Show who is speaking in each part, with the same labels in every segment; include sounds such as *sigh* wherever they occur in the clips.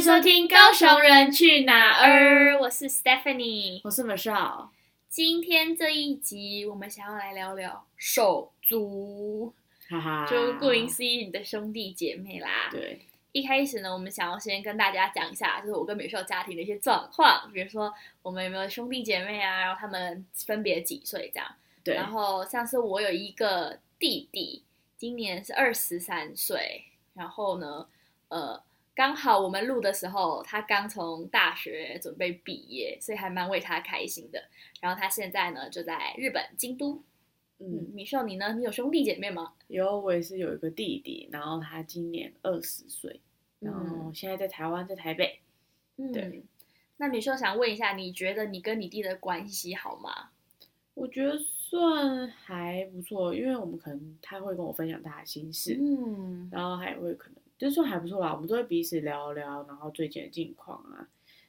Speaker 1: 收听《高雄人去哪儿》，
Speaker 2: 我是 Stephanie。
Speaker 1: 我是门少。
Speaker 2: 今天这一集，我们想要来聊聊手足，
Speaker 1: 哈哈，
Speaker 2: 就顾名思义，你的兄弟姐妹啦。
Speaker 1: 对，
Speaker 2: 一开始呢，我们想要先跟大家讲一下，就是我跟美少家庭的一些状况，比如说我们有没有兄弟姐妹啊，然后他们分别几岁这样。
Speaker 1: 对，
Speaker 2: 然后上次我有一个弟弟，今年是二十三岁，然后呢，呃，刚好我们录的时候，他刚从大学准备毕业，所以还蛮为他开心的。然后他现在呢就在日本京都。嗯
Speaker 1: 嗯，，
Speaker 2: 米秀，你呢？你有兄弟姐妹吗？
Speaker 1: 有我也是有一个弟弟，然后他今年二十岁，然后现在在台湾，在台北。
Speaker 2: 嗯，
Speaker 1: 嗯对
Speaker 2: 那米秀想问一下，你觉得你跟你弟的关系好吗？
Speaker 1: 我觉得算还不错，因为我们可能他会跟我分享他的心事，
Speaker 2: 嗯，
Speaker 1: 然后还会可能就算还不错啦，我们都会彼此聊聊，然后最近的近况啊，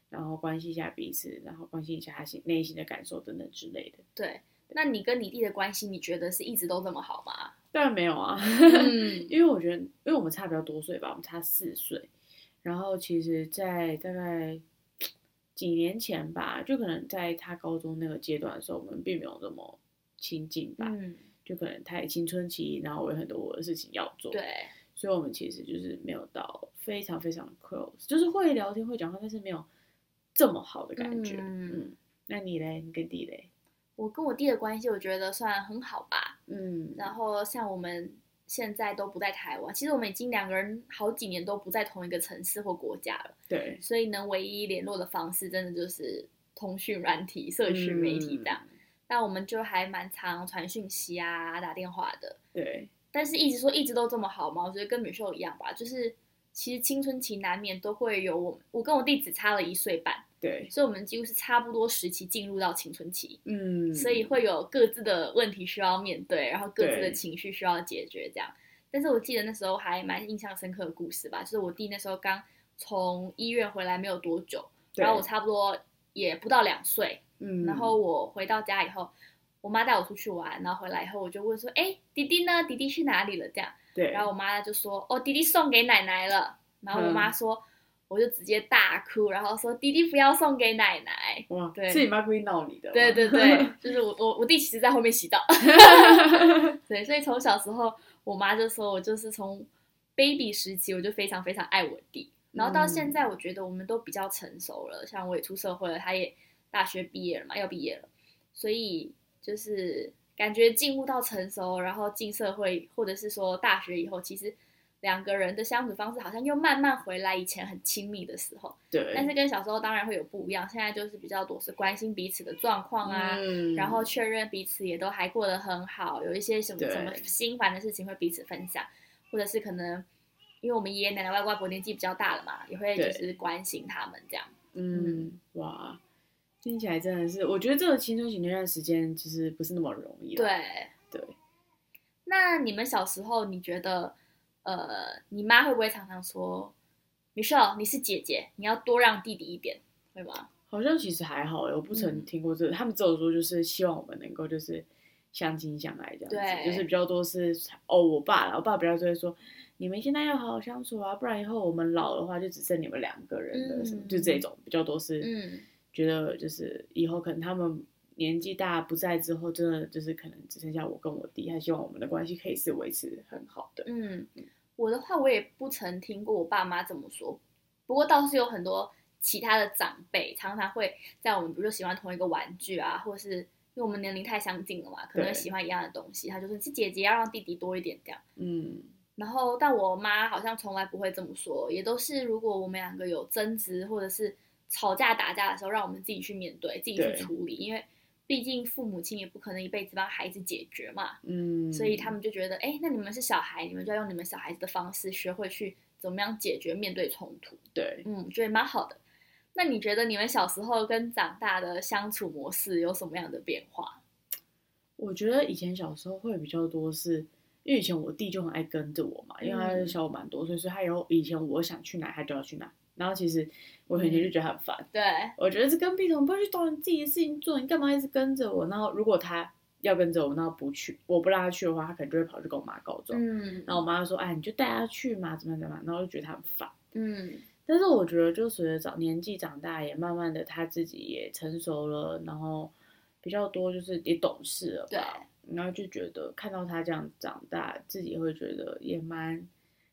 Speaker 1: 然后关心一下彼此，然后关心一下他心内心的感受等等之类的。
Speaker 2: 对。那你跟你弟的关系，你觉得是一直都这么好吗？
Speaker 1: 当然没有啊，
Speaker 2: 嗯
Speaker 1: 因为我觉得，因为我们差比较多岁吧，我们差四岁。然后其实，在大概几年前吧，就可能在他高中那个阶段的时候，我们并没有这么亲近吧，
Speaker 2: *laughs* 嗯，
Speaker 1: 就可能他也青春期，然后我有很多我的事情要做，，
Speaker 2: 对。
Speaker 1: 所以我们其实就是没有到非常非常 close，就是会聊天会讲话，但是没有这么好的感觉。
Speaker 2: 嗯
Speaker 1: 嗯那你嘞？你跟弟嘞？
Speaker 2: 我跟我弟的关系，我觉得算很好吧。
Speaker 1: 嗯，
Speaker 2: 然后像我们现在都不在台湾，其实我们已经两个人好几年都不在同一个城市或国家了，
Speaker 1: 对，
Speaker 2: 所以呢，唯一联络的方式真的就是通讯软体、社群媒体这样。
Speaker 1: 嗯，
Speaker 2: 那我们就还蛮常传讯息啊、打电话的。
Speaker 1: 对，
Speaker 2: 但是一直说一直都这么好吗？我觉得跟美秀一样吧，就是其实青春期难免都会有我，我跟我弟只差了一岁半，
Speaker 1: 对，
Speaker 2: 所以我们几乎是差不多时期进入到青春期。
Speaker 1: 嗯，
Speaker 2: 所以会有各自的问题需要面对，然后各自的
Speaker 1: 对
Speaker 2: 情绪需要解决，这样。但是我记得那时候还蛮印象深刻的故事吧，就是我弟那时候刚从医院回来没有多久，
Speaker 1: 对，
Speaker 2: 然后我差不多也不到两岁，
Speaker 1: 嗯，
Speaker 2: 然后我回到家以后，我妈带我出去玩，然后回来以后我就问说：“哎，弟弟呢？弟弟去哪里了？”这样，
Speaker 1: 对，
Speaker 2: 然后我妈就说：“哦，弟弟送给奶奶了。”然后我妈说，我就直接大哭，然后说：“弟弟不要送给奶奶。”
Speaker 1: 哇，
Speaker 2: 对
Speaker 1: 是你妈故意闹你的，
Speaker 2: 对对对，就是我我我弟其实在后面洗澡， *laughs* 对，所以从小时候，我妈就说我就是从 baby 时期我就非常非常爱我弟，然后到现在我觉得我们都比较成熟了，像我也出社会了，他也大学毕业了嘛，要毕业了，所以就是感觉进入到成熟，然后进社会或者是说大学以后，其实两个人的相处方式好像又慢慢回来以前很亲密的时候。
Speaker 1: *laughs* 对，
Speaker 2: 但是跟小时候当然会有不一样，现在就是比较多是关心彼此的状况啊，
Speaker 1: 嗯
Speaker 2: 然后确认彼此也都还过得很好，有一些什么
Speaker 1: 对
Speaker 2: 什么心烦的事情会彼此分享，或者是可能因为我们爷爷奶奶、外外婆年纪比较大了嘛，也会就
Speaker 1: 对
Speaker 2: 是关心他们这样。
Speaker 1: 嗯，哇，听起来真的是，我觉得这个青春期那段时间其实不是那么容易啦，
Speaker 2: 对，
Speaker 1: 对，
Speaker 2: 那你们小时候你觉得，呃，你妈会不会常常说，Michelle 你是姐姐，你要多让弟弟一点，会吗？
Speaker 1: 好像其实还好欸，我不曾
Speaker 2: 嗯
Speaker 1: 听过这个，他们只有说就是希望我们能够就是相亲相爱这样子，
Speaker 2: 对
Speaker 1: 就是比较多是哦，我爸啦，我爸比较就会说。你们现在要好好相处啊，不然以后我们老的话就只剩你们两个人了，什么、
Speaker 2: 嗯
Speaker 1: 就这种比较多是，
Speaker 2: 嗯，
Speaker 1: 觉得就是以后可能他们年纪大不在之后，真的就是可能只剩下我跟我弟，他希望我们的关系可以是维持很好的。
Speaker 2: 嗯，我的话我也不曾听过我爸妈这么说，不过倒是有很多其他的长辈常常会在我们比如说喜欢同一个玩具啊，或是因为我们年龄太相近了嘛，可能
Speaker 1: 对
Speaker 2: 喜欢一样的东西，他就说是姐姐要让弟弟多一点这样。
Speaker 1: 嗯，
Speaker 2: 然后，但我妈好像从来不会这么说，也都是如果我们两个有争执或者是吵架打架的时候，让我们自己去面对，自己去
Speaker 1: 对
Speaker 2: 处理，因为毕竟父母亲也不可能一辈子帮孩子解决嘛。
Speaker 1: 嗯，
Speaker 2: 所以他们就觉得，哎、那你们是小孩，你们就要用你们小孩子的方式，学会去怎么样解决面对冲突。
Speaker 1: 对
Speaker 2: 嗯，觉得蛮好的。那你觉得你们小时候跟长大的相处模式有什么样的变化？
Speaker 1: 我觉得以前小时候会比较多是，因为以前我弟就很爱跟着我嘛，因为他
Speaker 2: 嗯
Speaker 1: 小我蛮多岁，所以他以后以前我想去哪他就要去哪，然后其实我以前
Speaker 2: 嗯
Speaker 1: 就觉得他很烦，
Speaker 2: 对，
Speaker 1: 我觉得这跟屁虫不要去找你自己的事情做，你干嘛一直跟着我？然后如果他要跟着我，那不去，我不让他去的话，他可能就会跑哦去跟我妈告状。
Speaker 2: 嗯
Speaker 1: 然后我妈就说：“哎，你就带他去嘛，怎么样怎么样。”然后我就觉得他很烦。
Speaker 2: 嗯，
Speaker 1: 但是我觉得，就随着长年纪长大，也慢慢的他自己也成熟了，然后比较多就是也懂事了吧，然后就觉得看到他这样长大，自己会觉得也蛮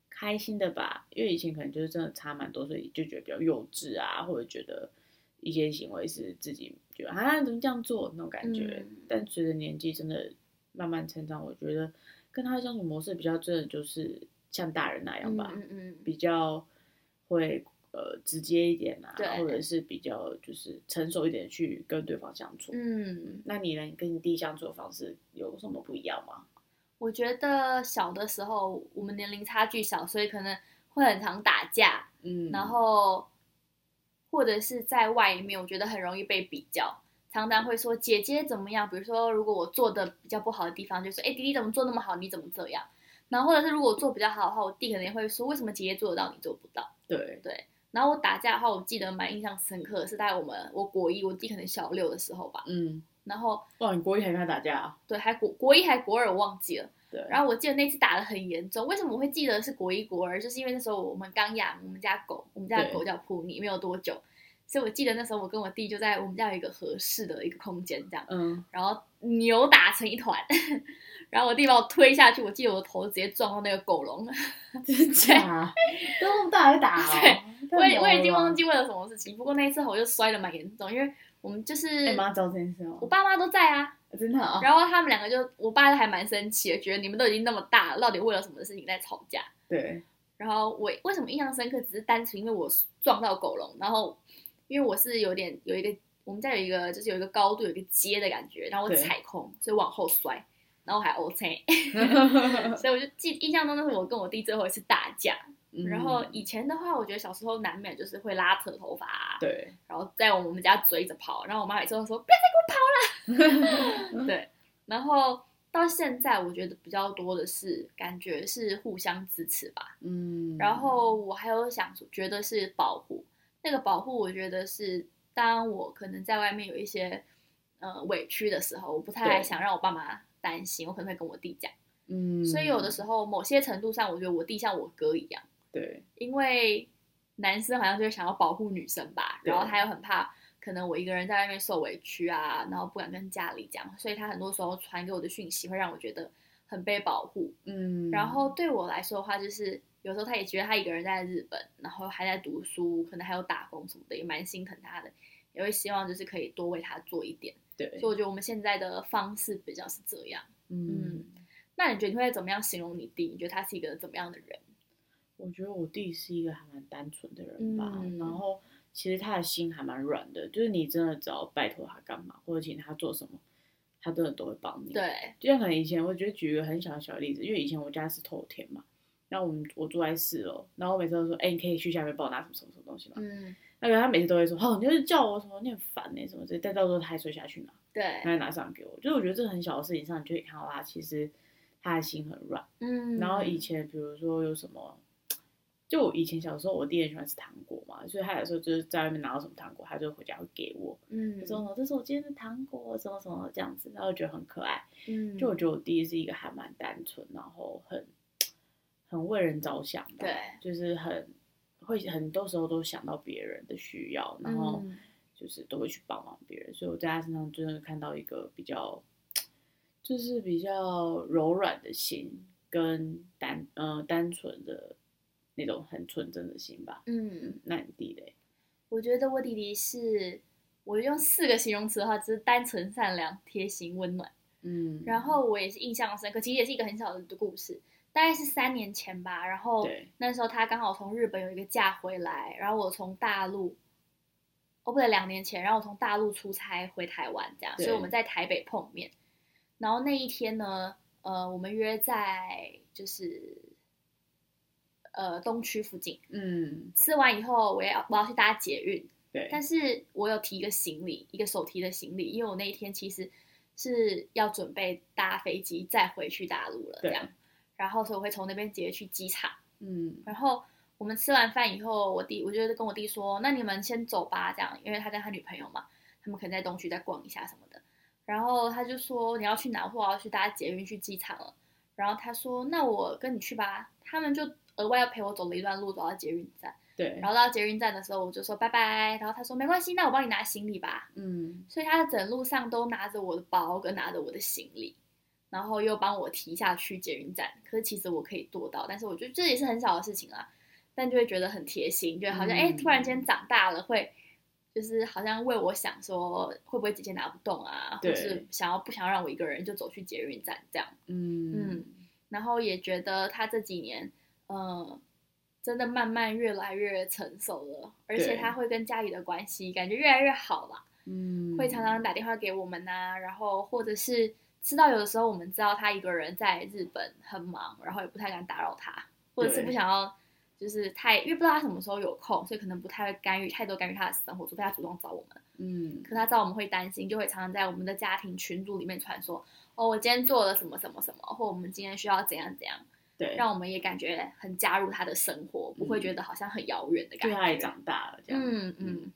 Speaker 1: 开心的吧。因为以前可能就是真的差蛮多，所以就觉得比较幼稚啊，或者觉得一些行为是自己觉得啊怎么这样做那种感觉。
Speaker 2: 嗯
Speaker 1: 但随着年纪真的慢慢成长，我觉得跟他的相处模式比较真的就是像大人那样吧。
Speaker 2: 嗯嗯嗯，
Speaker 1: 比较会呃直接一点啊
Speaker 2: 对，
Speaker 1: 或者是比较就是成熟一点去跟对方相处。
Speaker 2: 嗯，
Speaker 1: 那你呢？你跟你弟相处的方式有什么不一样吗？
Speaker 2: 我觉得小的时候我们年龄差距小，所以可能会很常打架，
Speaker 1: 嗯
Speaker 2: 然后或者是在外面，我觉得很容易被比较。常常会说姐姐怎么样，比如说如果我做的比较不好的地方，就说哎弟弟怎么做那么好，你怎么这样？然后或者是如果我做比较好的话，我弟可能也会说为什么姐姐做得到你做不到？
Speaker 1: 对，
Speaker 2: 然后我打架的话，我记得蛮印象深刻的是大概我们我国一，我弟可能小六的时候吧，
Speaker 1: 嗯，
Speaker 2: 然后
Speaker 1: 哇，你国一还跟他打架啊？
Speaker 2: 对还国国一还国二我忘记了，
Speaker 1: 对，
Speaker 2: 然后我记得那次打得很严重，为什么我会记得是国一国二？就是因为那时候我们刚养我们家狗，我们家的
Speaker 1: 对
Speaker 2: 狗叫普尼，没有多久，所以我记得那时候我跟我弟就在我们家有一个合适的一个空间这样， *laughs*
Speaker 1: 嗯，
Speaker 2: 然后扭打成一团， *laughs* 然后我弟把我推下去，我记得我的头直接撞到那个狗笼，
Speaker 1: 真假？啊都那么大还打
Speaker 2: *laughs*
Speaker 1: 哦？
Speaker 2: 我也我已经忘
Speaker 1: 记。
Speaker 2: 记为了什么事情，不过那一次我就摔得蛮严重，因为我们就是、
Speaker 1: 哎，你妈知道这件事吗
Speaker 2: 我？爸妈都在啊，
Speaker 1: 真的啊？
Speaker 2: 然后他们两个就，我爸还蛮生气的，觉得你们都已经那么大了，到底为了什么事情在吵架？
Speaker 1: 对，
Speaker 2: 然后我为什么印象深刻，只是单纯因为我撞到狗笼，然后因为我是有点有一个我们家有一个就是有一个高度有一个阶的感觉，然后我
Speaker 1: 对
Speaker 2: 踩空，所以往后摔，然后还
Speaker 1: *laughs*
Speaker 2: OK， *laughs*
Speaker 1: 嗯
Speaker 2: 所以我就记印象中那是我跟我弟最后一次打架。
Speaker 1: 嗯
Speaker 2: 然后以前的话，我觉得小时候难免就是会拉扯头发、啊，
Speaker 1: 对，
Speaker 2: 然后在我们家追着跑，然后我妈每次都说不要再
Speaker 1: *laughs*
Speaker 2: 给我跑了。对，然后到现在我觉得比较多的是感觉是互相支持吧。
Speaker 1: 嗯，
Speaker 2: 然后我还有想觉得是保护，那个保护我觉得是当我可能在外面有一些呃委屈的时候，我不太
Speaker 1: 对
Speaker 2: 想让我爸妈担心，我可能会跟我弟讲。
Speaker 1: 嗯，
Speaker 2: 所以有的时候某些程度上，我觉得我弟像我哥一样。
Speaker 1: 对，
Speaker 2: 因为男生好像就是想要保护女生吧，
Speaker 1: 对
Speaker 2: 然后他又很怕可能我一个人在外面受委屈啊，然后不敢跟家里讲，所以他很多时候传给我的讯息会让我觉得很被保护。
Speaker 1: 嗯，
Speaker 2: 然后对我来说的话，就是有时候他也觉得他一个人在日本，然后还在读书，可能还有打工什么的，也蛮心疼他的，也会希望就是可以多为他做一点。
Speaker 1: 对
Speaker 2: 所以，我觉得我们现在的方式比较是这样。
Speaker 1: 嗯。
Speaker 2: 那你觉得你会怎么样形容你弟？你觉得他是一个怎么样的人？
Speaker 1: 我觉得我弟是一个还蛮单纯的人吧，
Speaker 2: 嗯
Speaker 1: 然后其实他的心还蛮软的，就是你真的只要拜托他干嘛，或者请他做什么，他真的都会帮你。，
Speaker 2: 对，
Speaker 1: 就像可能以前，我觉得举一个很小的小例子，因为以前我家是透天嘛，然后我们我住在四楼，然后我每次都说，哎、你可以去下面帮我拿什么什么什么东西嘛。
Speaker 2: 嗯，
Speaker 1: 那个他每次都会说，哦，你就是叫我什么，你很烦哎、什么之类，但到时候他还是会下去拿，
Speaker 2: 对
Speaker 1: 他，会拿上给我。就是我觉得这个很小的事情上，你就可以看到他其实他的心很软。
Speaker 2: 嗯，
Speaker 1: 然后以前比如说有什么，就我以前小时候，我弟很喜欢吃糖果嘛，所以他有时候就是在外面拿到什么糖果，他就回家会给我，
Speaker 2: 嗯
Speaker 1: 就，说哦这是我今天的糖果，什么什么这样子，然后我觉得很可爱。
Speaker 2: 嗯，
Speaker 1: 就我觉得我弟是一个还蛮单纯，然后很很为人着想的，
Speaker 2: 对，
Speaker 1: 就是很会很多时候都想到别人的需要，然后
Speaker 2: 嗯
Speaker 1: 就是都会去帮忙别人，所以我在他身上真的看到一个比较，就是比较柔软的心跟单呃单纯的那种很纯真的心吧。
Speaker 2: 嗯，
Speaker 1: 那你弟嘞？
Speaker 2: 我觉得我弟弟是，我用四个形容词的话，就是单纯、善良、贴心、温暖。
Speaker 1: 嗯，
Speaker 2: 然后我也是印象深刻，其实也是一个很小的故事，大概是三年前吧。然后
Speaker 1: 对
Speaker 2: 那时候他刚好从日本有一个假回来，然后我从大陆，哦不对，两年前，然后我从大陆出差回台湾，这样，
Speaker 1: 对
Speaker 2: 所以我们在台北碰面。然后那一天呢，呃，我们约在就是呃东区附近。
Speaker 1: 嗯，
Speaker 2: 吃完以后，我也要我要去搭捷运，
Speaker 1: 对，
Speaker 2: 但是我有提一个行李，一个手提的行李，因为我那一天其实是要准备搭飞机再回去大陆了，这
Speaker 1: 对
Speaker 2: 样，然后所以我会从那边直接去机场，
Speaker 1: 嗯
Speaker 2: 然后。我们吃完饭以后，我弟我就跟我弟说：“那你们先走吧，这样，因为他跟他女朋友嘛，他们可能在东区再逛一下什么的。”然后他就说：“你要去哪？我说我要去搭捷运去机场了。”然后他说：“那我跟你去吧。”他们就额外要陪我走了一段路，走到捷运站。
Speaker 1: 对，
Speaker 2: 然后到捷运站的时候，我就说拜拜，然后他说没关系，那我帮你拿行李吧。
Speaker 1: 嗯，
Speaker 2: 所以他整路上都拿着我的包跟拿着我的行李，然后又帮我提下去捷运站。可是其实我可以做到，但是我觉得这也是很小的事情啊，但就会觉得很贴心，就好像
Speaker 1: 嗯
Speaker 2: 哎、诶突然间长大了会。就是好像为我想说，会不会姐姐拿不动啊，或
Speaker 1: 对
Speaker 2: 是想要不想要让我一个人就走去捷运站这样。
Speaker 1: 嗯
Speaker 2: 嗯，然后也觉得他这几年，呃，真的慢慢越来越成熟了，而且
Speaker 1: 对
Speaker 2: 他会跟家里的关系感觉越来越好了，
Speaker 1: 嗯，
Speaker 2: 会常常打电话给我们呐、然后或者是知道有的时候我们知道他一个人在日本很忙，然后也不太敢打扰他，或者是
Speaker 1: 对
Speaker 2: 不想要。就是太，因为不知道他什么时候有空，所以可能不太会干预太多干预他的生活，除非他主动找我们。
Speaker 1: 嗯，
Speaker 2: 可他知道我们会担心，就会常常在我们的家庭群组里面传说，哦，我今天做了什么什么什么，或我们今天需要怎样怎样，
Speaker 1: 对，
Speaker 2: 让我们也感觉很加入他的生活，不会觉得好像很遥远的感
Speaker 1: 嗯对
Speaker 2: 觉。
Speaker 1: 他也长大了，这样，
Speaker 2: 啊嗯嗯。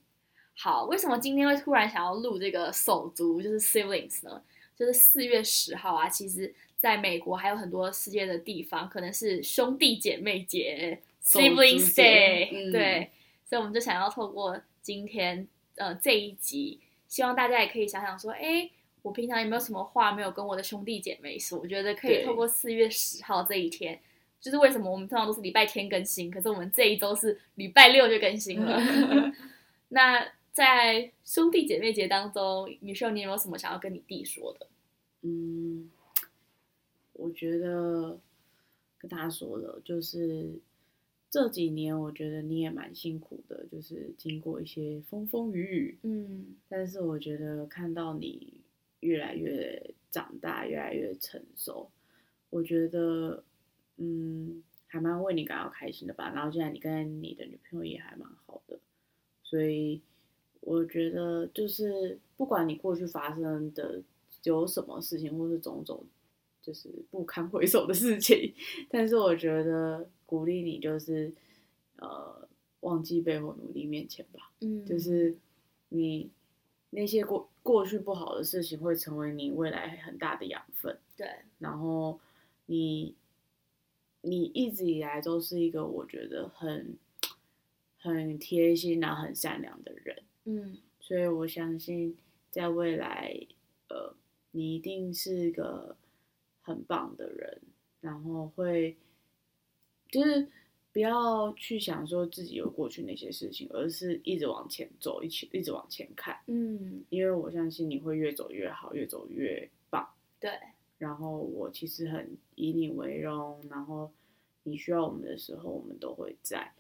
Speaker 2: 好，为什么今天会突然想要录这个手足就是 siblings 呢？就是四月十号啊，其实在美国还有很多世界的地方，可能是兄弟姐妹节
Speaker 1: 手足节
Speaker 2: siblings day，、
Speaker 1: 嗯
Speaker 2: 对，所以我们就想要透过今天呃这一集，希望大家也可以想想说，哎，我平常有没有什么话没有跟我的兄弟姐妹说？我觉得可以
Speaker 1: 对
Speaker 2: 透过四月十号这一天，就是为什么我们通常都是礼拜天更新，可是我们这一周是礼拜六就更新了。 *laughs* 那在兄弟姐妹节当中，女秀，你有没有什么想要跟你弟说的？
Speaker 1: 嗯，我觉得跟大家说了，就是这几年我觉得你也蛮辛苦的，就是经过一些风风雨雨，
Speaker 2: 嗯
Speaker 1: 但是我觉得看到你越来越长大，越来越成熟，我觉得嗯，还蛮为你感到开心的吧。然后现在你跟你的女朋友也还蛮好的，所以我觉得就是不管你过去发生的有什么事情，或是种种就是不堪回首的事情， *laughs* 但是我觉得鼓励你就是呃，忘记背后，努力面前吧。
Speaker 2: 嗯
Speaker 1: 就是你那些过过去不好的事情会成为你未来很大的养分，
Speaker 2: 对，
Speaker 1: 然后你你一直以来都是一个我觉得很很贴心然后很善良的人，
Speaker 2: 嗯
Speaker 1: 所以我相信在未来，呃，你一定是一个很棒的人，然后会就是不要去想说自己有过去那些事情，而是一直往前走，一起一直往前看，
Speaker 2: 嗯，
Speaker 1: 因为我相信你会越走越好，越走越棒。
Speaker 2: 对，
Speaker 1: 然后我其实很以你为荣，然后你需要我们的时候，我们都会在。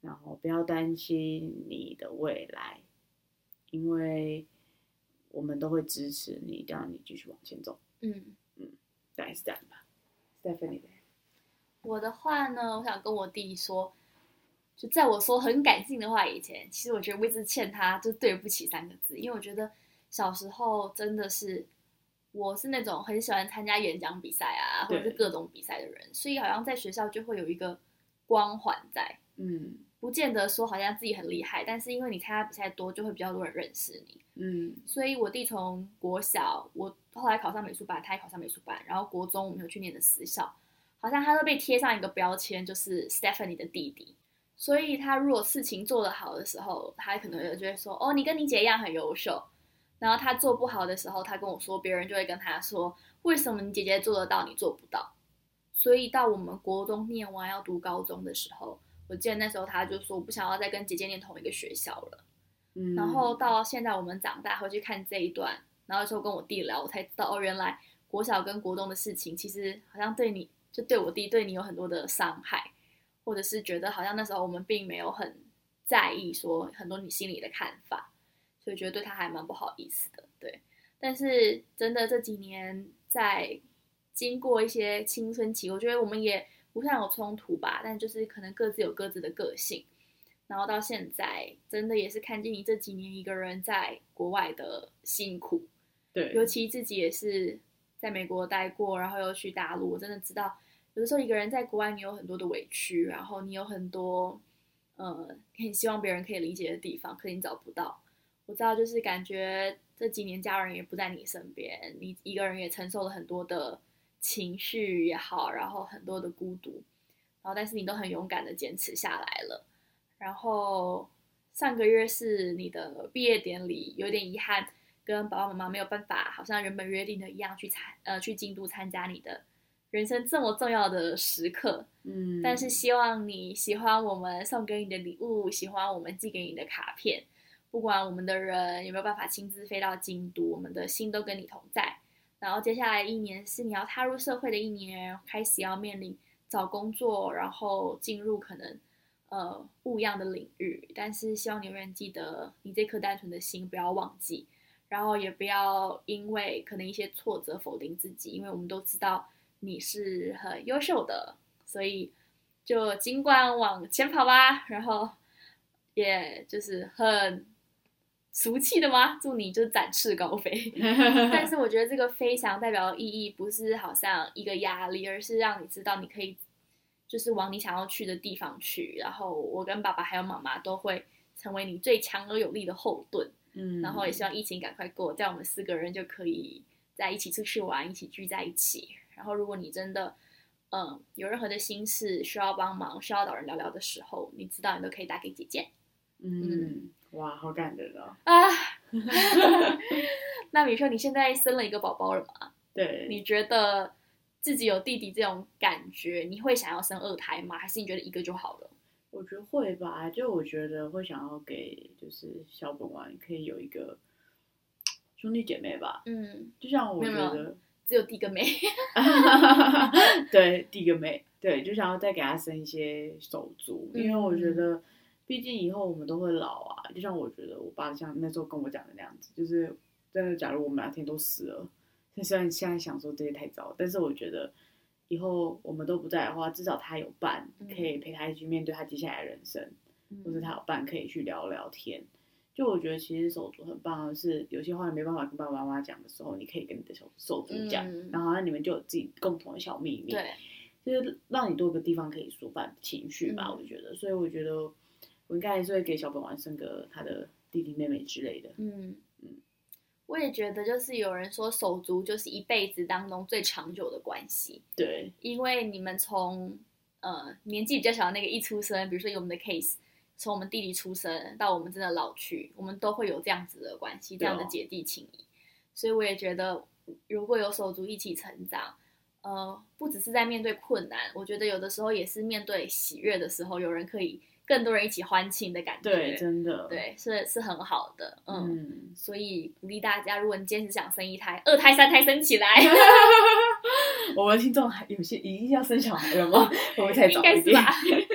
Speaker 1: 然后不要担心你的未来，因为我们都会支持你，让你继续往前走。
Speaker 2: 嗯。
Speaker 1: 大概是这样吧，Stephanie 呗。
Speaker 2: 我的话呢，我想跟我弟说，就在我说很感性的话以前，其实我觉得我一直欠他就对不起三个字，因为我觉得小时候真的是我是那种很喜欢参加演讲比赛啊，或
Speaker 1: 对
Speaker 2: 者是各种比赛的人，所以好像在学校就会有一个光环在，
Speaker 1: 嗯
Speaker 2: 不见得说好像自己很厉害，但是因为你参加比赛多，就会比较多人认识你。
Speaker 1: 嗯
Speaker 2: 所以我弟从国小，我后来考上美术班，他也考上美术班，然后国中我们有去念的私校，好像他都被贴上一个标签，就是 Stephanie 的弟弟。所以他如果事情做得好的时候，他可能就会说：“哦，你跟你姐一样很优秀。”然后他做不好的时候，他跟我说，别人就会跟他说：“为什么你姐姐做得到，你做不到？”所以到我们国中念完要读高中的时候，我记得那时候他就说：“我不想要再跟姐姐念同一个学校了。”
Speaker 1: 嗯，
Speaker 2: 然后到现在我们长大回去看这一段，然后就跟我弟聊，我才知道哦，原来国小跟国中的事情，其实好像对你就对我弟对你有很多的伤害，或者是觉得好像那时候我们并没有很在意说很多你心里的看法，所以觉得对他还蛮不好意思的，对。但是真的这几年在经过一些青春期，我觉得我们也不算有冲突吧，但就是可能各自有各自的个性。然后到现在，真的也是看见你这几年一个人在国外的辛苦，尤
Speaker 1: 对，
Speaker 2: 其自己也是在美国待过，然后又去大陆，我真的知道，有的时候一个人在国外，你有很多的委屈，然后你有很多，呃，很希望别人可以理解的地方，可你找不到。我知道，就是感觉这几年家人也不在你身边，你一个人也承受了很多的情绪也好，然后很多的孤独，然后但是你都很勇敢的坚持下来了。然后上个月是你的毕业典礼，有点遗憾，跟爸爸妈妈没有办法，好像原本约定的一样去参呃去京都参加你的人生这么重要的时刻。
Speaker 1: 嗯，
Speaker 2: 但是希望你喜欢我们送给你的礼物，喜欢我们寄给你的卡片。不管我们的人有没有办法亲自飞到京都，我们的心都跟你同在。然后接下来一年是你要踏入社会的一年，开始要面临找工作，然后进入可能呃不一样的领域。但是希望你永远记得你这颗单纯的心，不要忘记，然后也不要因为可能一些挫折否定自己，因为我们都知道你是很优秀的，所以就尽管往前跑吧。然后也就是很俗气的吗？祝你就是展翅高飞。 *laughs* 但是我觉得这个飞翔代表的意义不是好像一个压力，而是让你知道你可以就是往你想要去的地方去。然后我跟爸爸还有妈妈都会成为你最强而有力的后盾。
Speaker 1: 嗯，
Speaker 2: 然后也希望疫情赶快过，这样我们四个人就可以在一起出去玩，一起聚在一起。然后如果你真的嗯有任何的心事需要帮忙、需要找人聊聊的时候，你知道你都可以打给姐姐。
Speaker 1: 嗯，哇，好感人哦。
Speaker 2: 啊， *laughs* 那米说你现在生了一个宝宝了吗？
Speaker 1: 对，
Speaker 2: 你觉得自己有弟弟这种感觉，你会想要生二胎吗？还是你觉得一个就好了？
Speaker 1: 我觉得会吧，就我觉得会想要给就是小本丸可以有一个兄弟姐妹吧，
Speaker 2: 嗯，
Speaker 1: 就像我
Speaker 2: 没
Speaker 1: 觉
Speaker 2: 有没有
Speaker 1: 得，
Speaker 2: 只有弟跟妹。
Speaker 1: 对弟跟妹，对，就想要再给他生一些手足，因为
Speaker 2: 嗯
Speaker 1: 我觉得，毕竟以后我们都会老啊。就像我觉得我爸像那时候跟我讲的那样子，就是真的，假如我们哪天都死了，虽然现在想说这些太早，但是我觉得以后我们都不在的话，至少他有伴
Speaker 2: 嗯
Speaker 1: 可以陪他一起面对他接下来的人生，或是他有伴可以去聊聊天。就我觉得其实手足很棒的是，有些话你没办法跟爸爸妈妈讲的时候，你可以跟你的手手足讲。
Speaker 2: 嗯
Speaker 1: 然后那你们就有自己共同的小秘密，，
Speaker 2: 对，
Speaker 1: 就是让你多个地方可以抒发情绪吧，
Speaker 2: 嗯
Speaker 1: 我觉得，所以我觉得我应该还是会给小本丸生个他的弟弟妹妹之类的，
Speaker 2: 嗯
Speaker 1: 嗯
Speaker 2: 我也觉得，就是有人说手足就是一辈子当中最长久的关系，
Speaker 1: 对，
Speaker 2: 因为你们从呃年纪比较小的那个一出生，比如说有我们的 case，从我们弟弟出生到我们真的老去，我们都会有这样子的关系，这
Speaker 1: 对哦
Speaker 2: 样的姐弟情谊。所以我也觉得，如果有手足一起成长，呃，不只是在面对困难，我觉得有的时候也是面对喜悦的时候，有人可以更多人一起欢庆的感觉，
Speaker 1: 对，真的，，
Speaker 2: 对是是很好的，嗯
Speaker 1: 嗯，
Speaker 2: 所以鼓励大家，如果你今天只想生一胎、二胎、三胎生起来，
Speaker 1: 我们听众还有些已经要生小孩
Speaker 2: *laughs*
Speaker 1: 了吗？ *laughs* 我们才早
Speaker 2: 应该
Speaker 1: 一
Speaker 2: 是
Speaker 1: 点
Speaker 2: 吧，。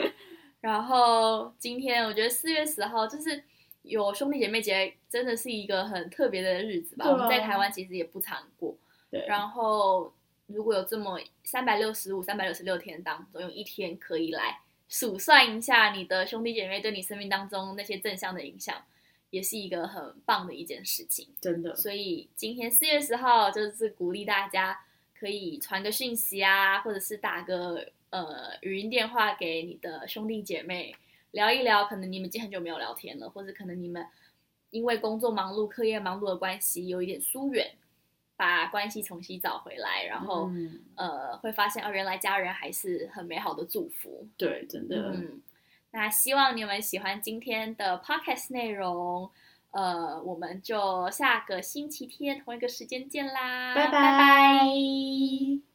Speaker 2: *laughs* 然后今天我觉得四月十号就是有兄弟姐妹节，真的是一个很特别的日子吧。
Speaker 1: 对啊
Speaker 2: 我们在台湾其实也不常过。
Speaker 1: 对，
Speaker 2: 然后如果有这么三百六十五、三百六十六天当中，有一天可以来数算一下你的兄弟姐妹对你生命当中那些正向的影响，也是一个很棒的一件事情。
Speaker 1: 真的，
Speaker 2: 所以今天四月十号就是鼓励大家可以传个讯息啊，或者是打个呃语音电话给你的兄弟姐妹聊一聊，可能你们已经很久没有聊天了，或者可能你们因为工作忙碌、课业忙碌的关系有一点疏远，把关系重新找回来，然后、
Speaker 1: 嗯，
Speaker 2: 呃会发现哦，原来家人还是很美好的祝福。
Speaker 1: 对，真的，
Speaker 2: 嗯，那希望你们喜欢今天的 podcast 内容。呃，我们就下个星期天同一个时间见啦，
Speaker 1: 拜
Speaker 2: 拜拜
Speaker 1: 拜